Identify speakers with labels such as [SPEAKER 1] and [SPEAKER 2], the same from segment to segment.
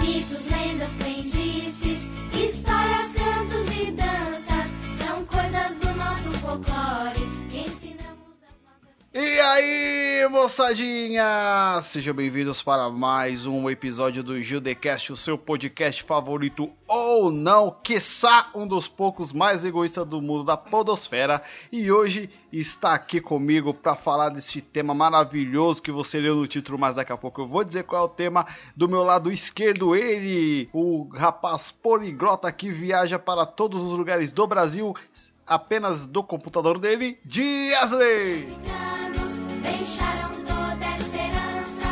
[SPEAKER 1] Mitos, lendas, crendices, histórias, cantos e danças são coisas do nosso folclore que ensinamos às nossas
[SPEAKER 2] E aí, moçadinha! Sejam bem-vindos para mais um episódio do Judecast, o seu podcast favorito ou não, quiçá um dos poucos mais egoístas do mundo da podosfera. E hoje está aqui comigo para falar desse tema maravilhoso que você leu no título, mas daqui a pouco eu vou dizer qual é o tema. Do meu lado esquerdo, ele, o rapaz poliglota que viaja para todos os lugares do Brasil, apenas do computador dele, Diasley!
[SPEAKER 1] africanos deixaram toda essa herança.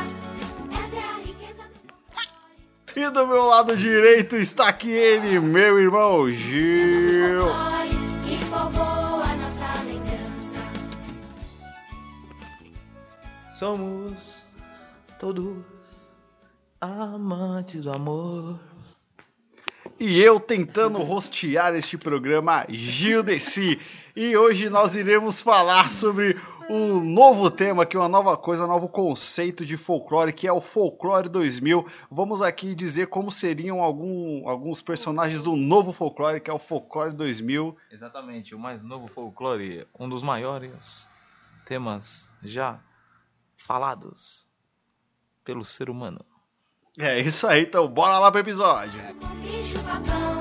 [SPEAKER 1] Essa é a riqueza do folclore.
[SPEAKER 2] E do meu lado direito está aqui ele, meu irmão Gil.
[SPEAKER 1] folclore que povoa nossa lembrança.
[SPEAKER 3] Somos todos amantes do amor.
[SPEAKER 2] E eu tentando rostear este programa Gil Desi. E hoje nós iremos falar sobre um novo tema, que é uma nova coisa, um novo conceito de folclore, que é o Folclore 2000. Vamos aqui dizer como seriam algum- alguns personagens do novo folclore, que é o Folclore 2000.
[SPEAKER 3] Exatamente, o mais novo folclore, um dos maiores temas já falados pelo ser humano.
[SPEAKER 2] É isso aí, então bora lá pro episódio.
[SPEAKER 1] Um bicho papão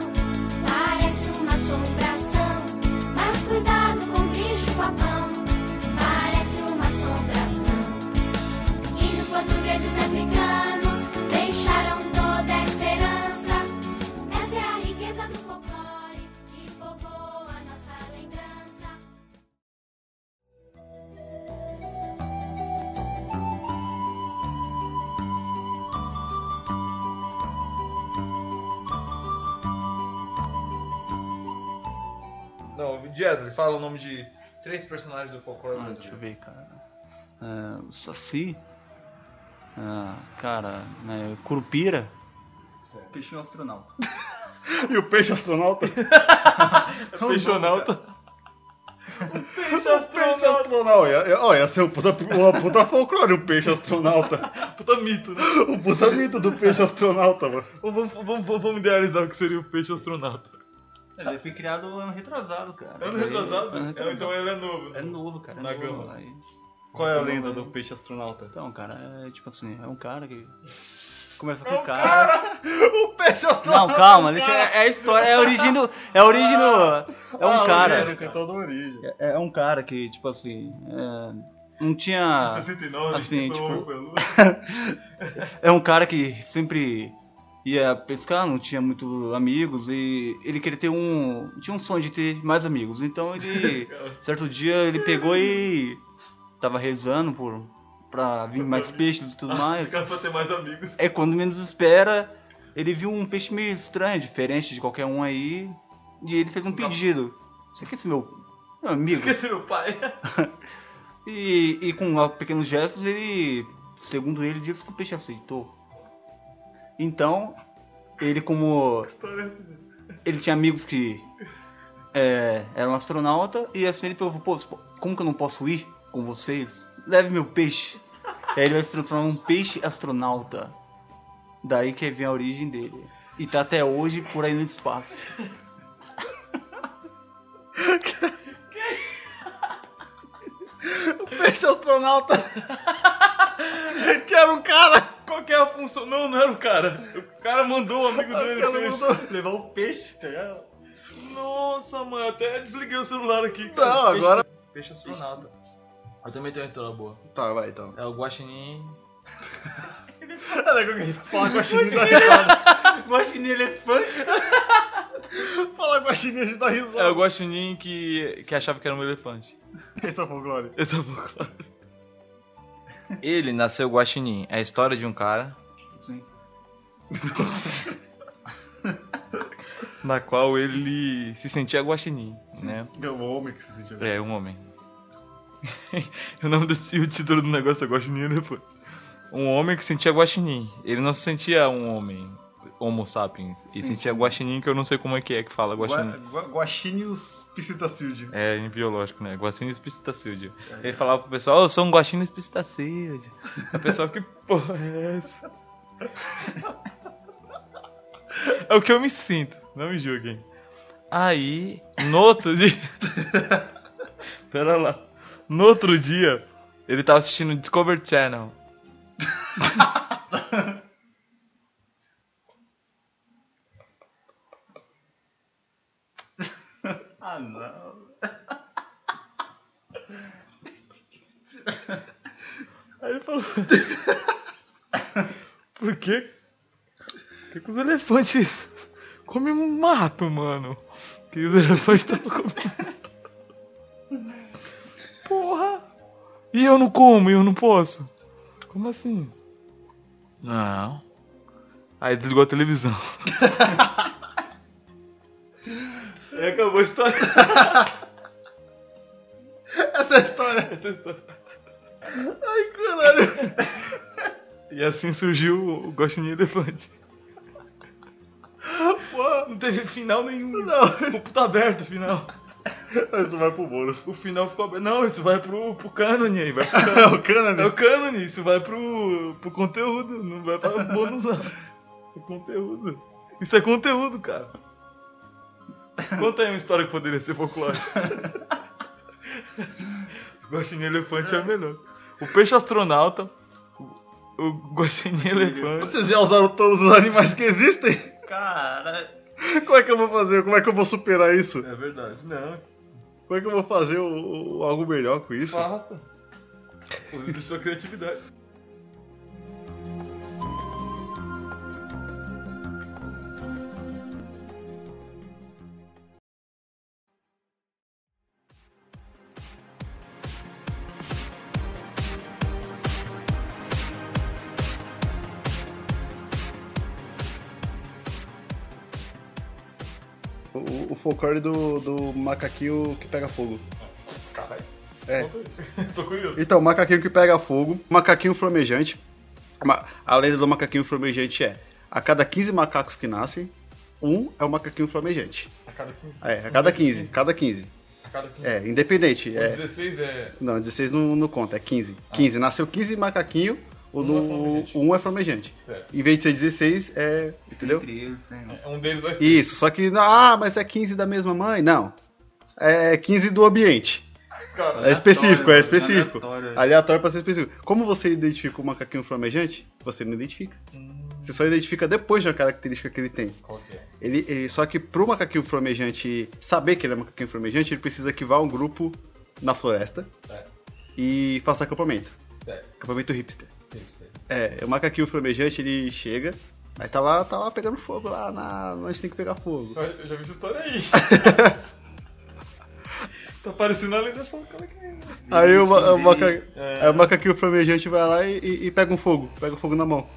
[SPEAKER 1] parece uma assombração. Mas cuidado com o bicho papão, parece uma assombração. E os portugueses africanos deixaram toda essa herança. Essa é a riqueza do folclore que povoa nossa lembrança.
[SPEAKER 3] Não, Jesley, fala o nome de três personagens do folclore
[SPEAKER 4] Ah, deixa eu ver, cara. Ah, o Saci. Ah, cara, né, Curupira. Peixinho astronauta.
[SPEAKER 2] E o peixe astronauta?
[SPEAKER 3] Peixonauta. Peixe
[SPEAKER 2] Peixe astronauta. Ia, ia, ó, ia ser um puta, uma puta folclore, o peixe astronauta.
[SPEAKER 3] Puta mito, né?
[SPEAKER 2] O puta mito do peixe astronauta, mano.
[SPEAKER 3] Vamos, vamos, vamos, vamos idealizar o que seria o peixe astronauta.
[SPEAKER 5] Ele foi criado ano retrasado, cara.
[SPEAKER 3] Ano
[SPEAKER 5] Isso aí-
[SPEAKER 3] retrasado?
[SPEAKER 4] ano retrasado.
[SPEAKER 3] Então ele é novo. né?
[SPEAKER 5] É novo, cara. é
[SPEAKER 3] Na
[SPEAKER 5] novo,
[SPEAKER 3] gama.
[SPEAKER 5] aí-
[SPEAKER 2] Qual é a lenda do peixe astronauta?
[SPEAKER 4] Então, cara, é tipo assim, é um cara que. Começa com
[SPEAKER 3] É um
[SPEAKER 4] cara.
[SPEAKER 2] O peixe
[SPEAKER 4] Não,
[SPEAKER 2] astronauta!
[SPEAKER 4] calma, deixa, é, é a história, é a origem do. É a origem do. É
[SPEAKER 2] Ah,
[SPEAKER 4] um
[SPEAKER 2] origem,
[SPEAKER 4] cara.
[SPEAKER 2] Tem toda a origem.
[SPEAKER 4] É, é um cara que, tipo assim. é, não tinha.
[SPEAKER 3] 69,
[SPEAKER 4] Assim,
[SPEAKER 3] que foi
[SPEAKER 4] tipo-
[SPEAKER 3] o Buffalo.
[SPEAKER 4] É um cara que sempre ia pescar, não tinha muito amigos e ele queria ter um, tinha um sonho de ter mais amigos. Então ele certo dia ele pegou e tava rezando por para vir Ah, mais peixes e tudo
[SPEAKER 3] Os
[SPEAKER 4] mais.
[SPEAKER 3] caras pra ter mais amigos.
[SPEAKER 4] É quando menos espera, ele viu um peixe meio estranho, diferente de qualquer um aí, e ele fez um pedido. Você quer ser meu meu amigo?
[SPEAKER 3] Esqueci meu pai.
[SPEAKER 4] E, e com a- pequenos gestos ele, segundo ele, disse que o peixe aceitou. Então, ele como
[SPEAKER 3] Que história é essa? mesmo?
[SPEAKER 4] ele tinha amigos que é, eram astronauta e assim ele perguntou, pô, como que eu não posso ir com vocês? Leve meu peixe. E aí ele vai se transformar num peixe astronauta. Daí que vem a origem dele. E tá até hoje por aí no espaço.
[SPEAKER 2] O peixe astronauta! que era um cara!
[SPEAKER 3] Qual que é a função? Não, não era o cara. O cara mandou o amigo dele
[SPEAKER 2] cara
[SPEAKER 3] fez.
[SPEAKER 2] mandou-
[SPEAKER 3] levar o peixe, tá ligado? Nossa, mano, até desliguei o celular aqui. cara.
[SPEAKER 2] Não,
[SPEAKER 3] Peixe-
[SPEAKER 2] agora.
[SPEAKER 3] Peixe astronauta. Eu também tenho uma história boa.
[SPEAKER 2] Tá, vai então.
[SPEAKER 3] É o Guaxinim.
[SPEAKER 2] Olha como que fala com a chinesa dá risada.
[SPEAKER 3] Guaxinim elefante?
[SPEAKER 2] Fala com a chinesa dá
[SPEAKER 3] É o
[SPEAKER 2] risada.
[SPEAKER 3] Guaxinim que, que achava que era um elefante.
[SPEAKER 2] Esse é o folclore.
[SPEAKER 3] Eu sou pouco claro. Ele nasceu Guaxinim. É a história de um cara
[SPEAKER 4] Assim.
[SPEAKER 3] na qual ele se sentia guaxinim, né?
[SPEAKER 2] É o homem que se sentiu.
[SPEAKER 3] É, um homem. o nome do e o título do negócio é guaxinim depois. Um homem que sentia guaxinim. Ele não se sentia um homem, homo sapiens. E
[SPEAKER 4] Sim.
[SPEAKER 3] sentia guaxinim, que eu não sei como é que é que fala guaxinim.
[SPEAKER 2] Gua- gua- Guaxinius piscitacilde.
[SPEAKER 3] É, em biológico, né? Guaxinim espistacilde. Ele falava pro pessoal, "Oh, eu sou um guaxinim espistacilde. O pessoal, que porra é essa? É o que eu me sinto, não me julguem. Aí, no outro dia. Pera lá. No outro dia, ele tava assistindo Discovery Channel.
[SPEAKER 6] Ah, não.
[SPEAKER 3] Aí ele falou. Por quê? Por que, que os elefantes comem um mato, mano? Que os elefantes estão comendo. Porra! E eu não como, e eu não posso? Como assim? Não. Aí desligou a televisão. e acabou a história.
[SPEAKER 7] Essa é a história.
[SPEAKER 3] Essa história.
[SPEAKER 7] Ai, caralho.
[SPEAKER 3] E assim surgiu o Gostinho Elefante.
[SPEAKER 7] Pô,
[SPEAKER 3] Não teve final nenhum.
[SPEAKER 7] Não.
[SPEAKER 3] O puta aberto o final.
[SPEAKER 7] Isso vai pro Boros.
[SPEAKER 3] O final ficou aberto. Não, isso vai pro, pro cânone aí. Vai pro
[SPEAKER 7] É
[SPEAKER 3] cânone.
[SPEAKER 7] o Cânone.
[SPEAKER 3] É o cânone, isso vai pro, pro conteúdo. Não vai pra bônus, não. É conteúdo. Isso é conteúdo, cara. Conta aí uma história que poderia ser folclórica. Guaxinim Elefante é a melhor. O peixe astronauta. o- O Guaxinim Elefante.
[SPEAKER 7] Vocês já usaram todos os animais que existem?
[SPEAKER 6] Cara,
[SPEAKER 7] Como é que eu vou fazer? Como é que eu vou superar isso?
[SPEAKER 6] é verdade.
[SPEAKER 3] Não,
[SPEAKER 7] Como é que eu vou fazer o- o- algo melhor com isso?
[SPEAKER 3] Faça. Use de sua criatividade.
[SPEAKER 2] O, o folclore do, do macaquinho que pega fogo.
[SPEAKER 3] Caralho.
[SPEAKER 2] É.
[SPEAKER 3] Tô curioso.
[SPEAKER 2] Então, o macaquinho que pega fogo, macaquinho flamejante. Ma- A lenda do macaquinho flamejante é: a cada 15 macacos que nascem, um é o macaquinho flamejante.
[SPEAKER 3] A cada 15.
[SPEAKER 2] É, a cada 15, cada 15.
[SPEAKER 3] A cada 15.
[SPEAKER 2] É, independente.
[SPEAKER 3] O
[SPEAKER 2] É,
[SPEAKER 3] 16 é.
[SPEAKER 2] não, 16 não, não conta, é 15. 15, nasceu 15 macaquinho, o
[SPEAKER 3] Ah. Um
[SPEAKER 2] do-
[SPEAKER 3] é flamejante.
[SPEAKER 2] um é flamejante.
[SPEAKER 3] Certo.
[SPEAKER 2] Em vez de ser 16, é. Entendeu?
[SPEAKER 6] Entre eles, sei lá.
[SPEAKER 3] Um deles vai ser.
[SPEAKER 2] Isso, só que. Ah, mas é 15 da mesma mãe? Não. É 15 do ambiente.
[SPEAKER 3] Cara,
[SPEAKER 2] É específico, é
[SPEAKER 3] né?
[SPEAKER 6] mano,
[SPEAKER 2] específico.
[SPEAKER 6] aleatório.
[SPEAKER 2] Aleatório pra ser específico. Como você identifica o macaquinho flamejante? Você não identifica.
[SPEAKER 3] Hum.
[SPEAKER 2] Você só identifica depois da característica que ele tem.
[SPEAKER 3] qual que é?
[SPEAKER 2] Ele, ele- só que pro macaquinho flamejante saber que ele é macaquinho flamejante, ele precisa que vá um grupo na floresta
[SPEAKER 3] Certo.
[SPEAKER 2] e faça acampamento.
[SPEAKER 3] Certo.
[SPEAKER 2] Acampamento É hipster.
[SPEAKER 3] Hipster.
[SPEAKER 2] É, o macaquinho flamejante ele chega, aí tá lá, tá lá pegando fogo lá na. Onde tem que pegar fogo.
[SPEAKER 3] Eu eu já vi essa história aí. tá parecendo a lenda folclórica.
[SPEAKER 2] Aí o, ma- o maca-
[SPEAKER 3] É.
[SPEAKER 2] aí o macaquinho flamejante vai lá e, e- e pega um fogo, pega o fogo na mão.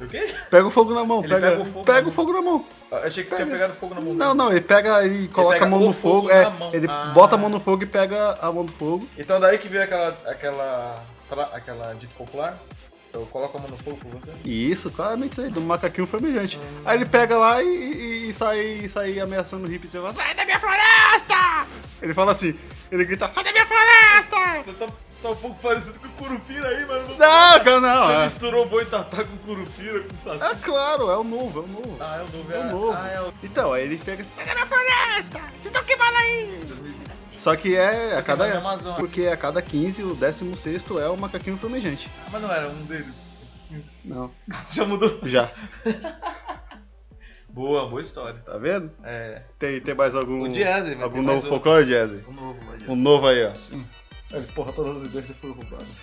[SPEAKER 3] O quê?
[SPEAKER 2] Pega o fogo na mão,
[SPEAKER 3] Ele
[SPEAKER 2] pega,
[SPEAKER 3] pega o fogo na
[SPEAKER 2] pega
[SPEAKER 3] mão.
[SPEAKER 2] o fogo na mão.
[SPEAKER 3] Eu achei que tinha pegado fogo na mão
[SPEAKER 2] Não,
[SPEAKER 3] dele.
[SPEAKER 2] não, ele pega e coloca
[SPEAKER 3] pega
[SPEAKER 2] a mão
[SPEAKER 3] o
[SPEAKER 2] no fogo.
[SPEAKER 3] fogo na
[SPEAKER 2] é,
[SPEAKER 3] mão.
[SPEAKER 2] ele
[SPEAKER 3] Ah.
[SPEAKER 2] bota a mão no fogo e pega a mão do fogo.
[SPEAKER 3] Então daí que veio aquela. aquela. fra- aquela dito popular. Eu coloco a mão no fogo por você.
[SPEAKER 2] E isso, claramente isso aí, do macaquinho flamejante.
[SPEAKER 3] Ah.
[SPEAKER 2] Aí ele pega lá e, e- e sai, e sai ameaçando o hipster. Fala, sai da minha floresta! Ele fala assim, ele grita, sai da minha floresta!
[SPEAKER 3] Você tá, tá um pouco parecido com o Curupira aí, mano.
[SPEAKER 2] Não, cara, não.
[SPEAKER 3] Você
[SPEAKER 2] É,
[SPEAKER 3] misturou boi tatá com curupira, com saci.
[SPEAKER 2] é claro, é o novo, é o novo.
[SPEAKER 3] Ah, é o novo.
[SPEAKER 2] É o
[SPEAKER 3] é-
[SPEAKER 2] novo.
[SPEAKER 3] Ah, é o...
[SPEAKER 2] Então, aí ele pega, sai da minha floresta! Vocês estão queimando aí! Só que é a
[SPEAKER 3] mais
[SPEAKER 2] cada.
[SPEAKER 3] Amazônia.
[SPEAKER 2] Porque a cada 15, o 16 é o macaquinho flamejante.
[SPEAKER 3] Mas não era um deles.
[SPEAKER 2] Não,
[SPEAKER 3] Já mudou.
[SPEAKER 2] já.
[SPEAKER 3] Boa, boa história.
[SPEAKER 2] Tá vendo?
[SPEAKER 3] É.
[SPEAKER 2] Tem, tem mais algum.
[SPEAKER 3] O Jazzy, vai
[SPEAKER 2] Algum
[SPEAKER 3] ter mais um.
[SPEAKER 2] novo
[SPEAKER 3] outro.
[SPEAKER 2] folclore, Jazzy?
[SPEAKER 6] O novo, olha.
[SPEAKER 2] Um novo aí, ó.
[SPEAKER 7] Porra, todas as ideias já foram roubadas.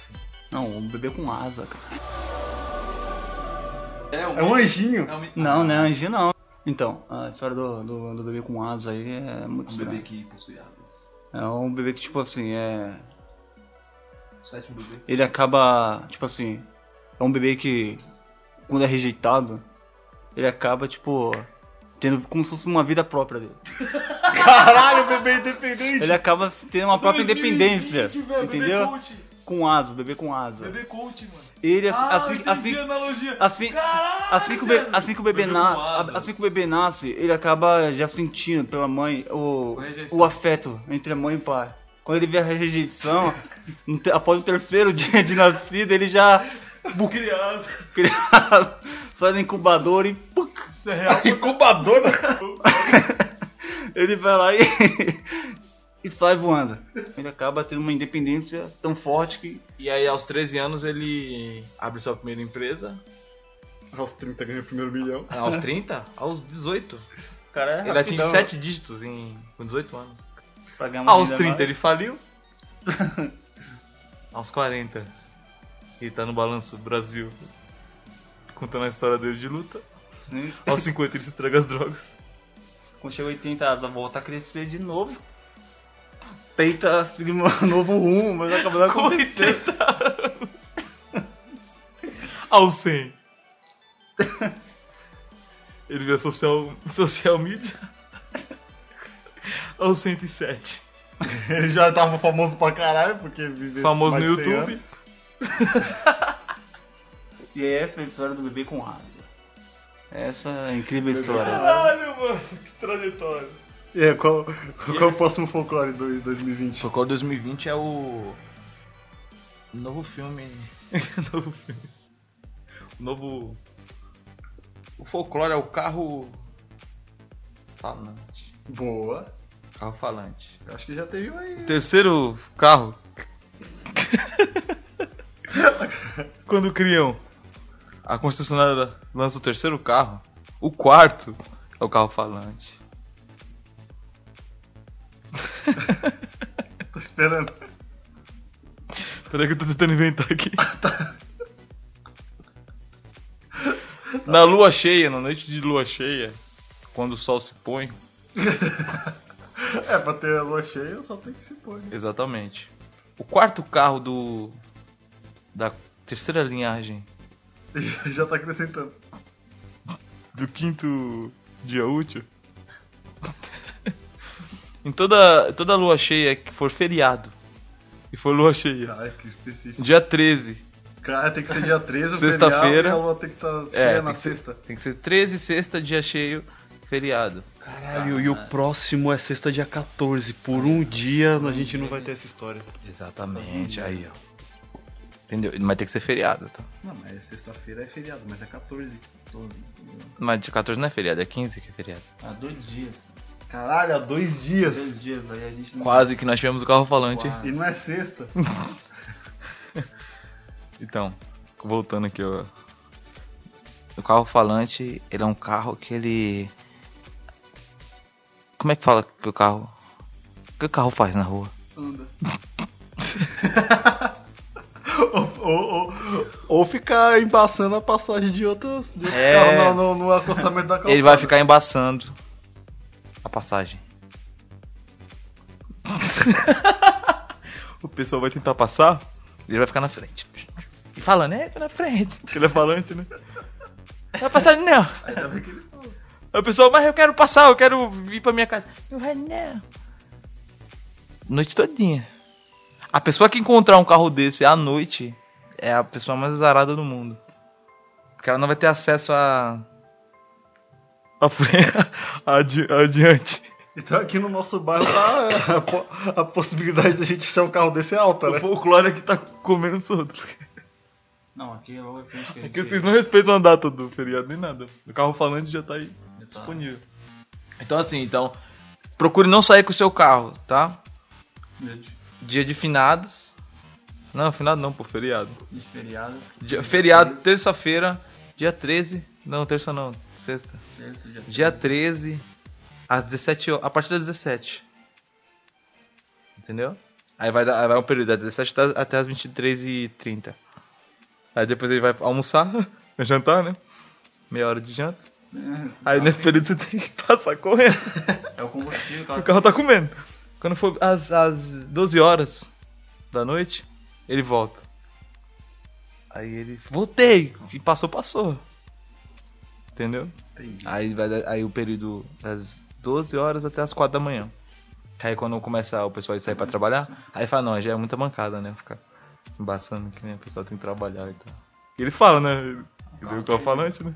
[SPEAKER 4] Não, um bebê com asa, cara.
[SPEAKER 6] É um.
[SPEAKER 7] É um anjinho.
[SPEAKER 6] é um-
[SPEAKER 3] Ah,
[SPEAKER 4] Não, não é anjo, não. Então, a história do, do, do bebê com asa aí é muito
[SPEAKER 6] Um bebê
[SPEAKER 4] estranha.
[SPEAKER 6] que possui asas.
[SPEAKER 4] É um bebê que, tipo assim, é.
[SPEAKER 6] O sétimo bebê.
[SPEAKER 4] Ele acaba, tipo assim, é um bebê que, quando é rejeitado, ele acaba, tipo, tendo como se fosse uma vida própria dele.
[SPEAKER 7] Caralho, bebê independente.
[SPEAKER 4] Ele é acaba tendo uma própria independência,
[SPEAKER 3] 2020, velho, Bebê
[SPEAKER 4] entendeu?
[SPEAKER 3] coach.
[SPEAKER 4] Com asa, bebê com asa.
[SPEAKER 3] Bebê coach, mano.
[SPEAKER 4] Ele, assim,
[SPEAKER 3] Ah, eu
[SPEAKER 4] assim,
[SPEAKER 3] entendi
[SPEAKER 4] assim,
[SPEAKER 3] a analogia.
[SPEAKER 4] assim,
[SPEAKER 3] Caralho,
[SPEAKER 4] assim que o, be-
[SPEAKER 3] velho.
[SPEAKER 4] assim que o bebê,
[SPEAKER 3] Bebê com asas.
[SPEAKER 4] nasce, assim que o bebê nasce, ele acaba já sentindo pela mãe o,
[SPEAKER 6] Com rejeição.
[SPEAKER 4] o afeto entre a mãe e o pai. Quando ele vê a rejeição, no te- após o terceiro dia de nascido, ele já
[SPEAKER 3] Criança.
[SPEAKER 4] criado, sai do incubador e puc,
[SPEAKER 8] Isso é real.
[SPEAKER 2] um
[SPEAKER 9] Incubadora?
[SPEAKER 4] Ele vai lá e, e sai voando. Ele acaba tendo uma independência tão forte que
[SPEAKER 8] E aí, aos 13 anos, ele abre sua primeira empresa.
[SPEAKER 2] Aos 30 ganha o primeiro milhão.
[SPEAKER 8] Ah, Aos 30? Aos 18.
[SPEAKER 4] o cara é
[SPEAKER 8] Ele atinge
[SPEAKER 4] rapidão
[SPEAKER 8] 7 dígitos em, com 18 anos.
[SPEAKER 4] pra ganhar uma
[SPEAKER 8] Aos
[SPEAKER 4] vida
[SPEAKER 8] 30
[SPEAKER 4] mais.
[SPEAKER 8] ele faliu. Aos 40 ele tá no balanço do Brasil contando a história dele de luta.
[SPEAKER 4] Sim.
[SPEAKER 8] Aos 50 ele se entrega às drogas.
[SPEAKER 4] Quando chega 80 anos, volta a crescer de novo. Peita seguir um novo rumo, mas acaba não
[SPEAKER 8] Com
[SPEAKER 4] acontecendo.
[SPEAKER 8] 80 anos. Aos 100. Ele vê social, social media. Aos 107.
[SPEAKER 2] Ele já tava famoso pra caralho, porque viveu
[SPEAKER 8] Famoso no
[SPEAKER 2] mais de 100
[SPEAKER 8] YouTube.
[SPEAKER 2] anos.
[SPEAKER 4] E essa é a história do bebê com asa. Essa é a incrível
[SPEAKER 3] Ah,
[SPEAKER 4] história.
[SPEAKER 8] Caralho, mano. Que trajetória.
[SPEAKER 2] E aí, qual, qual é o próximo folclore do 2020?
[SPEAKER 3] Socorro 2020 é o. Novo filme.
[SPEAKER 8] novo filme. Novo.
[SPEAKER 3] O folclore é o carro. Falante.
[SPEAKER 2] Boa.
[SPEAKER 3] Carro falante.
[SPEAKER 2] Acho que já teve um aí.
[SPEAKER 8] Terceiro carro. Quando criam a concessionária lança o terceiro carro, o quarto é o carro falante.
[SPEAKER 2] Tô esperando.
[SPEAKER 8] Peraí que eu tô tentando inventar aqui. Na lua cheia, na noite de lua cheia, quando o sol se põe,
[SPEAKER 2] É, pra ter a lua cheia, só tem que se pôr. né?
[SPEAKER 8] exatamente. O quarto carro do da terceira linhagem
[SPEAKER 2] Já tá acrescentando.
[SPEAKER 8] do quinto dia útil. em toda, toda lua cheia que for feriado. E for lua cheia.
[SPEAKER 2] Caralho, Ah, que específico.
[SPEAKER 8] Dia 13.
[SPEAKER 2] Cara, tem que ser dia 13, o
[SPEAKER 8] Sexta-feira.
[SPEAKER 2] feriado, e A lua tem que estar tá
[SPEAKER 8] É,
[SPEAKER 2] cheia
[SPEAKER 8] tem
[SPEAKER 2] na
[SPEAKER 8] que ser-
[SPEAKER 2] sexta.
[SPEAKER 8] Tem que ser 13, sexta, dia cheio, feriado.
[SPEAKER 2] Caralho, É, e o próximo é sexta, dia 14. Por um dia a gente não vai ter essa história.
[SPEAKER 3] Exatamente, aí ó. Entendeu? Mas tem que ser feriado, tá?
[SPEAKER 2] Não, mas sexta-feira é feriado, mas é 14.
[SPEAKER 3] Mas dia 14 não é feriado, é 15 que é feriado.
[SPEAKER 4] Há dois dias.
[SPEAKER 2] Caralho, há dois dias.
[SPEAKER 4] Dois dias, aí a gente não
[SPEAKER 3] Quase que nós tivemos o carro falante.
[SPEAKER 2] E não é sexta.
[SPEAKER 3] Então, voltando aqui, ó. O carro falante, ele é um carro que ele. Como é que fala que o carro. O que o carro faz na rua?
[SPEAKER 2] Ou, ou, ou ficar embaçando a passagem de outros, de outros
[SPEAKER 3] É.
[SPEAKER 2] carros no, no, no acostamento
[SPEAKER 8] tá
[SPEAKER 2] da calçada.
[SPEAKER 3] Ele vai ficar embaçando a passagem.
[SPEAKER 8] O pessoal vai tentar passar.
[SPEAKER 3] Ele vai ficar na frente. E falando, é, tô na frente.
[SPEAKER 8] Ele é falante, né?
[SPEAKER 3] Não vai passar não.
[SPEAKER 2] Ainda bem que ele falou.
[SPEAKER 8] É,
[SPEAKER 3] Aí o pessoal, mas eu quero passar, eu quero vir pra minha casa. Não vai não. Noite todinha. A pessoa que encontrar um carro desse à noite é a pessoa mais azarada do mundo. Porque ela não vai ter acesso a.
[SPEAKER 8] A frente. Adi adiante.
[SPEAKER 2] Então aqui no nosso bairro tá a, po- a possibilidade da gente achar um carro desse é alta,
[SPEAKER 8] O
[SPEAKER 2] né?
[SPEAKER 8] folclore aqui tá comendo os outros.
[SPEAKER 4] Não, aqui é logo aqui. a
[SPEAKER 8] Porque
[SPEAKER 4] gente-
[SPEAKER 8] vocês não respeitam a data do feriado nem nada. O carro falante já tá aí disponível.
[SPEAKER 3] Então assim, então. Procure não sair com o seu carro, tá?
[SPEAKER 4] Gente,
[SPEAKER 3] Dia de finados. Não, finado não, pô, feriado.
[SPEAKER 4] De feriado.
[SPEAKER 3] Dia- feriado, terça-feira, dia 13. Não, terça não, sexta.
[SPEAKER 4] Sexta, dia
[SPEAKER 3] Dia 13, às 17 horas, a partir das 17. Entendeu? Aí vai, dar- aí vai um período das 17 até- até as 23h30. Aí depois ele vai almoçar, jantar, né? Meia hora de janta. Aí nesse período você tem que passar correndo.
[SPEAKER 4] É o combustível,
[SPEAKER 3] O
[SPEAKER 4] cara.
[SPEAKER 3] carro tá comendo. Quando for às, às 12 horas da noite, ele volta. Aí ele. Voltei! E passou, passou. Entendeu? Aí, vai, dar- aí o período das 12 horas até as 4 da manhã. Aí quando começa o pessoal a sair pra trabalhar, aí fala, não, já é muita mancada, né? Ficar embaçando que nem o pessoal tem que trabalhar e tal.
[SPEAKER 8] E Ele fala, né? Ele ele é o carro falante, né?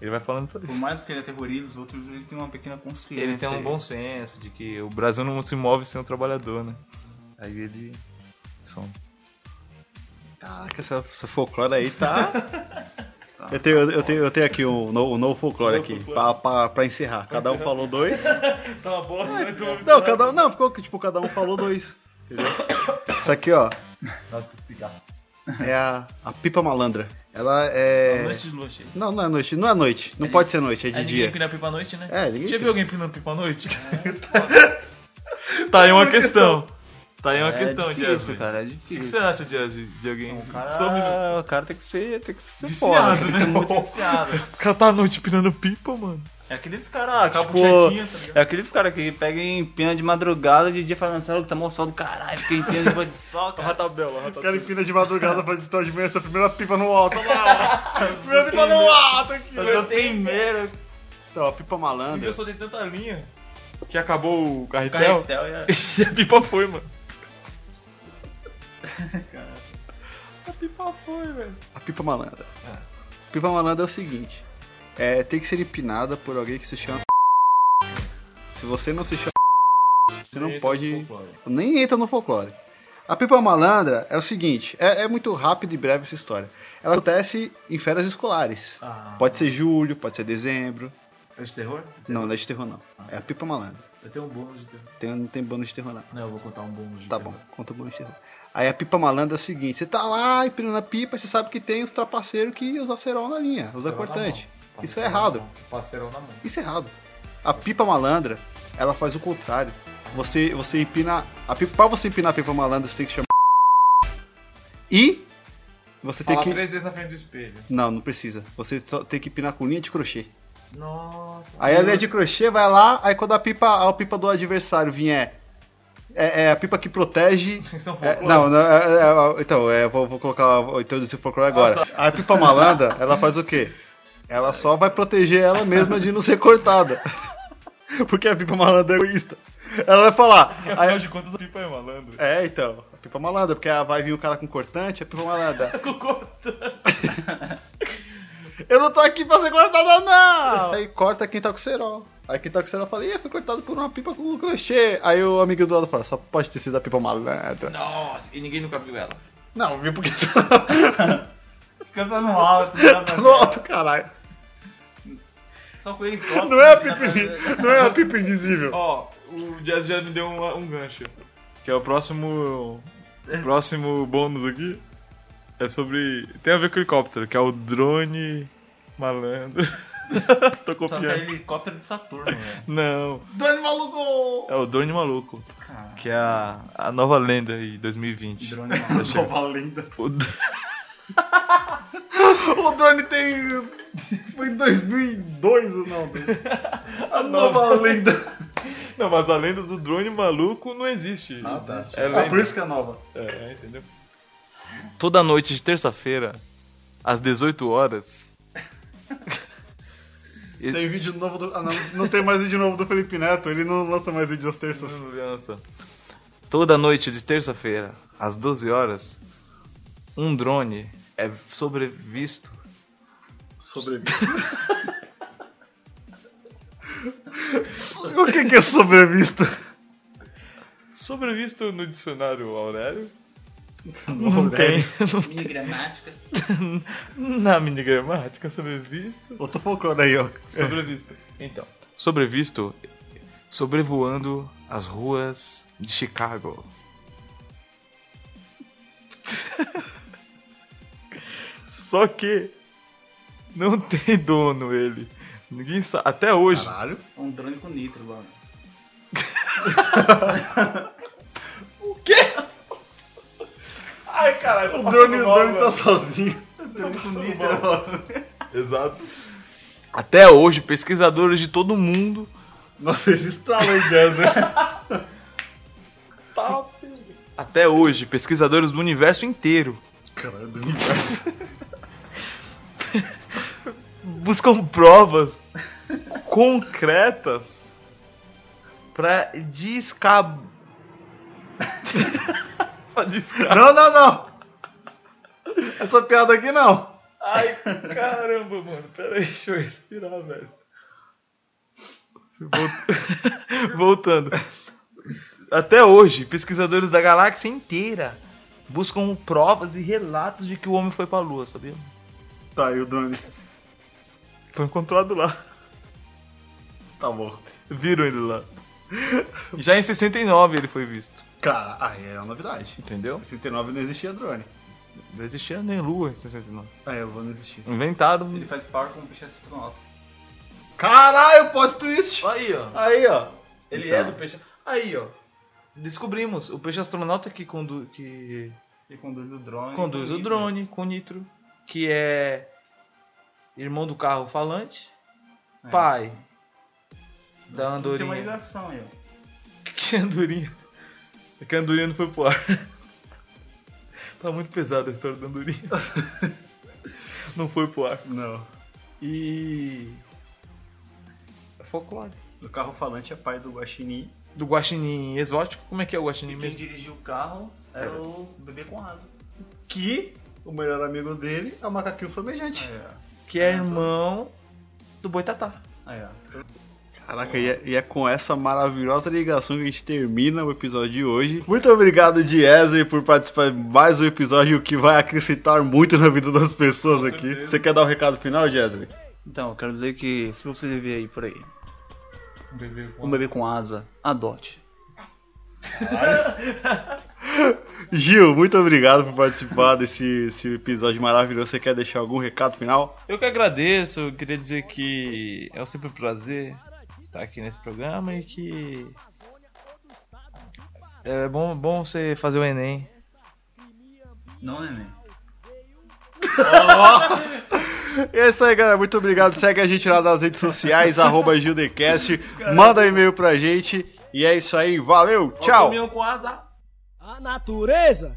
[SPEAKER 3] Ele vai falando isso aí.
[SPEAKER 4] Por mais que ele aterrorize os outros, ele tem uma pequena consciência.
[SPEAKER 3] Ele tem um bom senso de que o Brasil não se move sem o trabalhador, né? Aí ele. some.
[SPEAKER 2] Caraca, essa, essa folclore aí tá. Eu tenho, eu tenho, eu tenho aqui um novo, um novo folclore
[SPEAKER 10] Novo
[SPEAKER 2] aqui, pra,
[SPEAKER 10] folclore.
[SPEAKER 2] pra, pra encerrar. Cada um falou dois.
[SPEAKER 10] Tá uma bosta, né? Então,
[SPEAKER 2] Não, cada um, não, ficou que tipo, cada um falou dois. Entendeu? Isso aqui, ó,
[SPEAKER 11] Nossa, tô picado.
[SPEAKER 2] é a, a pipa malandra. Ela é.
[SPEAKER 3] Noite de lua cheia.
[SPEAKER 2] Não, não é noite, não é noite. Não pode ser noite, é de
[SPEAKER 3] Aí ninguém
[SPEAKER 2] dia.
[SPEAKER 3] pina pipa à noite, né?
[SPEAKER 2] É, ninguém
[SPEAKER 3] Já
[SPEAKER 2] pina.
[SPEAKER 3] viu alguém pinando pipa à noite? É, tá aí uma questão. Tá aí uma questão,
[SPEAKER 4] é
[SPEAKER 3] Jazzy.
[SPEAKER 4] difícil,
[SPEAKER 3] O
[SPEAKER 4] cara,
[SPEAKER 3] que
[SPEAKER 4] é
[SPEAKER 3] um
[SPEAKER 4] difícil.
[SPEAKER 3] que você acha, Jazzy, de alguém
[SPEAKER 4] cara,
[SPEAKER 3] sobre
[SPEAKER 4] o cara tem que ser, tem que ser
[SPEAKER 3] um viciado,
[SPEAKER 4] foda.
[SPEAKER 3] né?
[SPEAKER 4] Viciado.
[SPEAKER 3] O cara tá à noite pinando pipa, mano.
[SPEAKER 4] É aqueles caras,
[SPEAKER 3] Tipo,
[SPEAKER 4] tipo, é aqueles caras que pegam em pena de madrugada de dia falando, sério, que tá mó sol do caralho, fiquei em pena de banho de sol, cara.
[SPEAKER 3] Ratabela,
[SPEAKER 12] O
[SPEAKER 3] ratabela.
[SPEAKER 12] cara empina de madrugada pra editar de manhã essa primeira pipa no alto. Olha lá, ó. Primeira pipa no alto aqui.
[SPEAKER 3] Eu tenho medo.
[SPEAKER 2] Então, a pipa malandra.
[SPEAKER 3] Eu só tem tanta linha que acabou o carretel.
[SPEAKER 4] Carretel, é.
[SPEAKER 3] E a pipa foi, mano.
[SPEAKER 2] A pipa malandra. A pipa malandra é o seguinte: é, tem que ser empinada por alguém que se chama. Se você não se chama. Você não pode. Nem entra no folclore. A pipa malandra é o seguinte: é, é muito rápido e breve essa história. Ela acontece em férias escolares. Pode ser julho, pode ser dezembro.
[SPEAKER 11] Ah. É de terror? Ah.
[SPEAKER 2] Não, não é de terror, não. É a pipa malandra.
[SPEAKER 11] Eu tenho um bônus de terror.
[SPEAKER 2] Tem- não tem bônus de terror, não.
[SPEAKER 11] Não, eu vou contar um bônus de
[SPEAKER 2] Tá
[SPEAKER 11] terror.
[SPEAKER 2] bom, conta o bônus de terror. Aí a pipa malandra é o seguinte: você tá lá empinando a pipa, você sabe que tem os trapaceiros que usam cerol na linha, usa
[SPEAKER 11] Cerol na
[SPEAKER 2] cortante.
[SPEAKER 11] mão.
[SPEAKER 2] Isso é errado.
[SPEAKER 11] Parceirão na mão.
[SPEAKER 2] Isso é errado. A pipa malandra, ela faz o contrário. Você, você empina. A pipa, pra você empinar a pipa malandra, você tem que chamar. E você tem
[SPEAKER 11] Falar
[SPEAKER 2] que.
[SPEAKER 11] três vezes na frente do espelho.
[SPEAKER 2] Não, não precisa. Você só tem que empinar com linha de crochê.
[SPEAKER 11] Nossa.
[SPEAKER 3] Ah,
[SPEAKER 2] Aí a linha de crochê vai lá, aí quando a pipa, a pipa do adversário vier. É, é a pipa que protege.
[SPEAKER 3] um
[SPEAKER 2] É, não, não, é, é, é, então, é, eu vou, vou colocar vou introduzir o folclore agora. A pipa malandra, ela faz o quê? Ela só vai proteger ela mesma de não ser cortada. Porque a pipa malandra é egoísta. Ela vai falar.
[SPEAKER 3] Afinal
[SPEAKER 2] aí-
[SPEAKER 3] de contas, a pipa é malandro.
[SPEAKER 2] é, então, a pipa malandra, porque ela vai vir o cara com cortante, a pipa malandra.
[SPEAKER 3] Com cortante.
[SPEAKER 2] Eu não tô aqui pra ser cortada, não! Aí corta quem tá com cerol. Aí quem tá com cerol fala, ih, foi cortado por uma pipa com crochê. Aí o amigo do lado fala, só pode ter sido a pipa malandra.
[SPEAKER 3] Nossa, e ninguém nunca viu ela.
[SPEAKER 2] Não, viu porque
[SPEAKER 4] Canta no alto,
[SPEAKER 2] tá no alto, caralho.
[SPEAKER 4] só com ele toca.
[SPEAKER 2] Não é a pipa, não é a pipa invisível.
[SPEAKER 3] Ó, o Jazz já me deu um, um gancho. Que é o próximo. O próximo bônus aqui. É sobre. Tem a ver com helicóptero, que é o drone malandro. Tô
[SPEAKER 4] Só que é
[SPEAKER 3] copiando.
[SPEAKER 4] helicóptero de Saturno, né? velho.
[SPEAKER 3] Não,
[SPEAKER 2] Dani maluco!
[SPEAKER 3] é o drone maluco.
[SPEAKER 4] Caralho.
[SPEAKER 3] Que é a, a nova lenda aí, 2020.
[SPEAKER 4] Drone maluco.
[SPEAKER 2] Nova lenda.
[SPEAKER 3] O dr-
[SPEAKER 2] O drone tem. Foi em 2002 ou não? A nova, lenda.
[SPEAKER 3] Não, mas a lenda do drone maluco não existe.
[SPEAKER 11] Ah, tá.
[SPEAKER 3] É
[SPEAKER 2] Ah, por
[SPEAKER 3] lenda.
[SPEAKER 2] isso que é nova.
[SPEAKER 3] É, entendeu? Toda noite de terça-feira, às 18 horas,
[SPEAKER 2] Tem vídeo novo do. Ah, não, não tem mais vídeo novo do Felipe Neto, ele não lança mais vídeos às terças.
[SPEAKER 3] Segurança. Toda noite de terça-feira, às 12 horas, um drone é sobrevisto.
[SPEAKER 2] O que, que é sobrevista?
[SPEAKER 3] Sobrevisto no dicionário Aurélio?
[SPEAKER 2] Não tem.
[SPEAKER 4] Minha gramática.
[SPEAKER 3] Na mini gramática, sobrevisto.
[SPEAKER 2] Outro folclore aí, ó.
[SPEAKER 3] Sobrevisto. Então, sobrevisto sobrevoando as ruas de Chicago. Só que não tem dono ele. Ninguém sabe. Até hoje.
[SPEAKER 2] Caralho.
[SPEAKER 4] Um drone com nitro, mano.
[SPEAKER 3] Ai, caralho,
[SPEAKER 2] O drone, o drone tá sozinho.
[SPEAKER 3] Exato. Até hoje, pesquisadores de todo mundo.
[SPEAKER 2] Nossa, esse estralo aí, Jazz, né?
[SPEAKER 3] Até hoje, pesquisadores do universo inteiro
[SPEAKER 2] Caralho,
[SPEAKER 3] buscam provas concretas pra descab. pra descab...
[SPEAKER 2] Não, não, não. Essa piada aqui não.
[SPEAKER 3] Ai, caramba, mano. Pera aí, deixa eu respirar, velho. Volt- Voltando. Até hoje, pesquisadores da galáxia inteira buscam provas e relatos de que o homem foi pra lua, sabia?
[SPEAKER 2] Tá, e o drone?
[SPEAKER 13] Foi encontrado lá.
[SPEAKER 2] Tá bom.
[SPEAKER 13] Viram ele lá. Já em 69 ele foi visto.
[SPEAKER 2] Cara, aí é uma novidade.
[SPEAKER 13] Entendeu?
[SPEAKER 2] 69 não existia drone.
[SPEAKER 13] Não existia nem lua em 69.
[SPEAKER 2] Aí eu vou não existir.
[SPEAKER 13] Inventaram.
[SPEAKER 4] Ele faz par com o bicho astronauta.
[SPEAKER 2] Caralho, post twist!
[SPEAKER 3] Aí, ó.
[SPEAKER 2] Aí, ó.
[SPEAKER 3] Ele é do peixe. Aí, ó. Descobrimos o peixe astronauta que, condu... que
[SPEAKER 4] Ele conduz o drone.
[SPEAKER 3] conduz o
[SPEAKER 4] Ele-
[SPEAKER 3] drone com nitro, que é irmão do carro falante,
[SPEAKER 4] É.
[SPEAKER 3] pai da
[SPEAKER 4] Tem uma
[SPEAKER 3] andorinha.
[SPEAKER 4] ligação aí, ó.
[SPEAKER 3] Que andorinha? É que a andorinha não foi pro ar. Tá muito pesada a história da andorinha. Não foi pro ar.
[SPEAKER 2] Não.
[SPEAKER 3] E... É folclore.
[SPEAKER 2] O carro falante é pai do Guaxinim.
[SPEAKER 3] Do guaxinim exótico, como é que é o guaxinim
[SPEAKER 4] E quem
[SPEAKER 3] mesmo?
[SPEAKER 4] dirigiu o carro
[SPEAKER 3] É.
[SPEAKER 4] era o bebê com asa.
[SPEAKER 2] que o melhor amigo dele é o macaquinho flamejante.
[SPEAKER 4] Aí, ó.
[SPEAKER 3] Que é irmão do boitatá.
[SPEAKER 4] Aí,
[SPEAKER 2] é.
[SPEAKER 4] ó.
[SPEAKER 2] Caraca, e é, e é com essa maravilhosa ligação que a gente termina o episódio de hoje. Muito obrigado, Diezer, por participar de mais um episódio que vai acrescentar muito na vida das pessoas aqui. Você quer dar o recado final, Diezer?
[SPEAKER 4] Então, eu quero dizer que se você vê aí por aí
[SPEAKER 14] Bebê com
[SPEAKER 4] um bebê com asa, adote.
[SPEAKER 2] Gil, muito obrigado por participar desse esse episódio maravilhoso. Você quer deixar algum recado final?
[SPEAKER 13] Eu que agradeço, eu queria dizer que é sempre um prazer estar aqui nesse programa e que. É bom, bom você fazer o Enem.
[SPEAKER 4] Não, neném.
[SPEAKER 2] E É isso aí, galera. Muito obrigado. Segue a gente lá nas redes sociais, arroba Gildecast. Manda um e-mail pra gente. E é isso aí. Valeu, tchau!
[SPEAKER 3] Caminhão com asa.
[SPEAKER 15] A natureza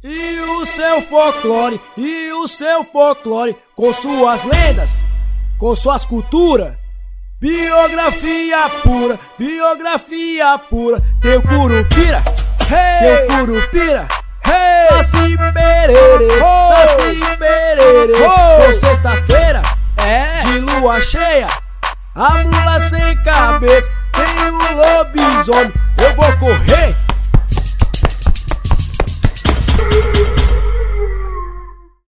[SPEAKER 15] e o seu folclore, e o seu folclore, com suas lendas, com suas culturas. Biografia pura, biografia pura, teu curupira, hey! teu curupira, hey! Saci perere, saci perere, com sexta-feira, é de lua cheia. A mula sem cabeça tem o lobisomem. Eu vou correr,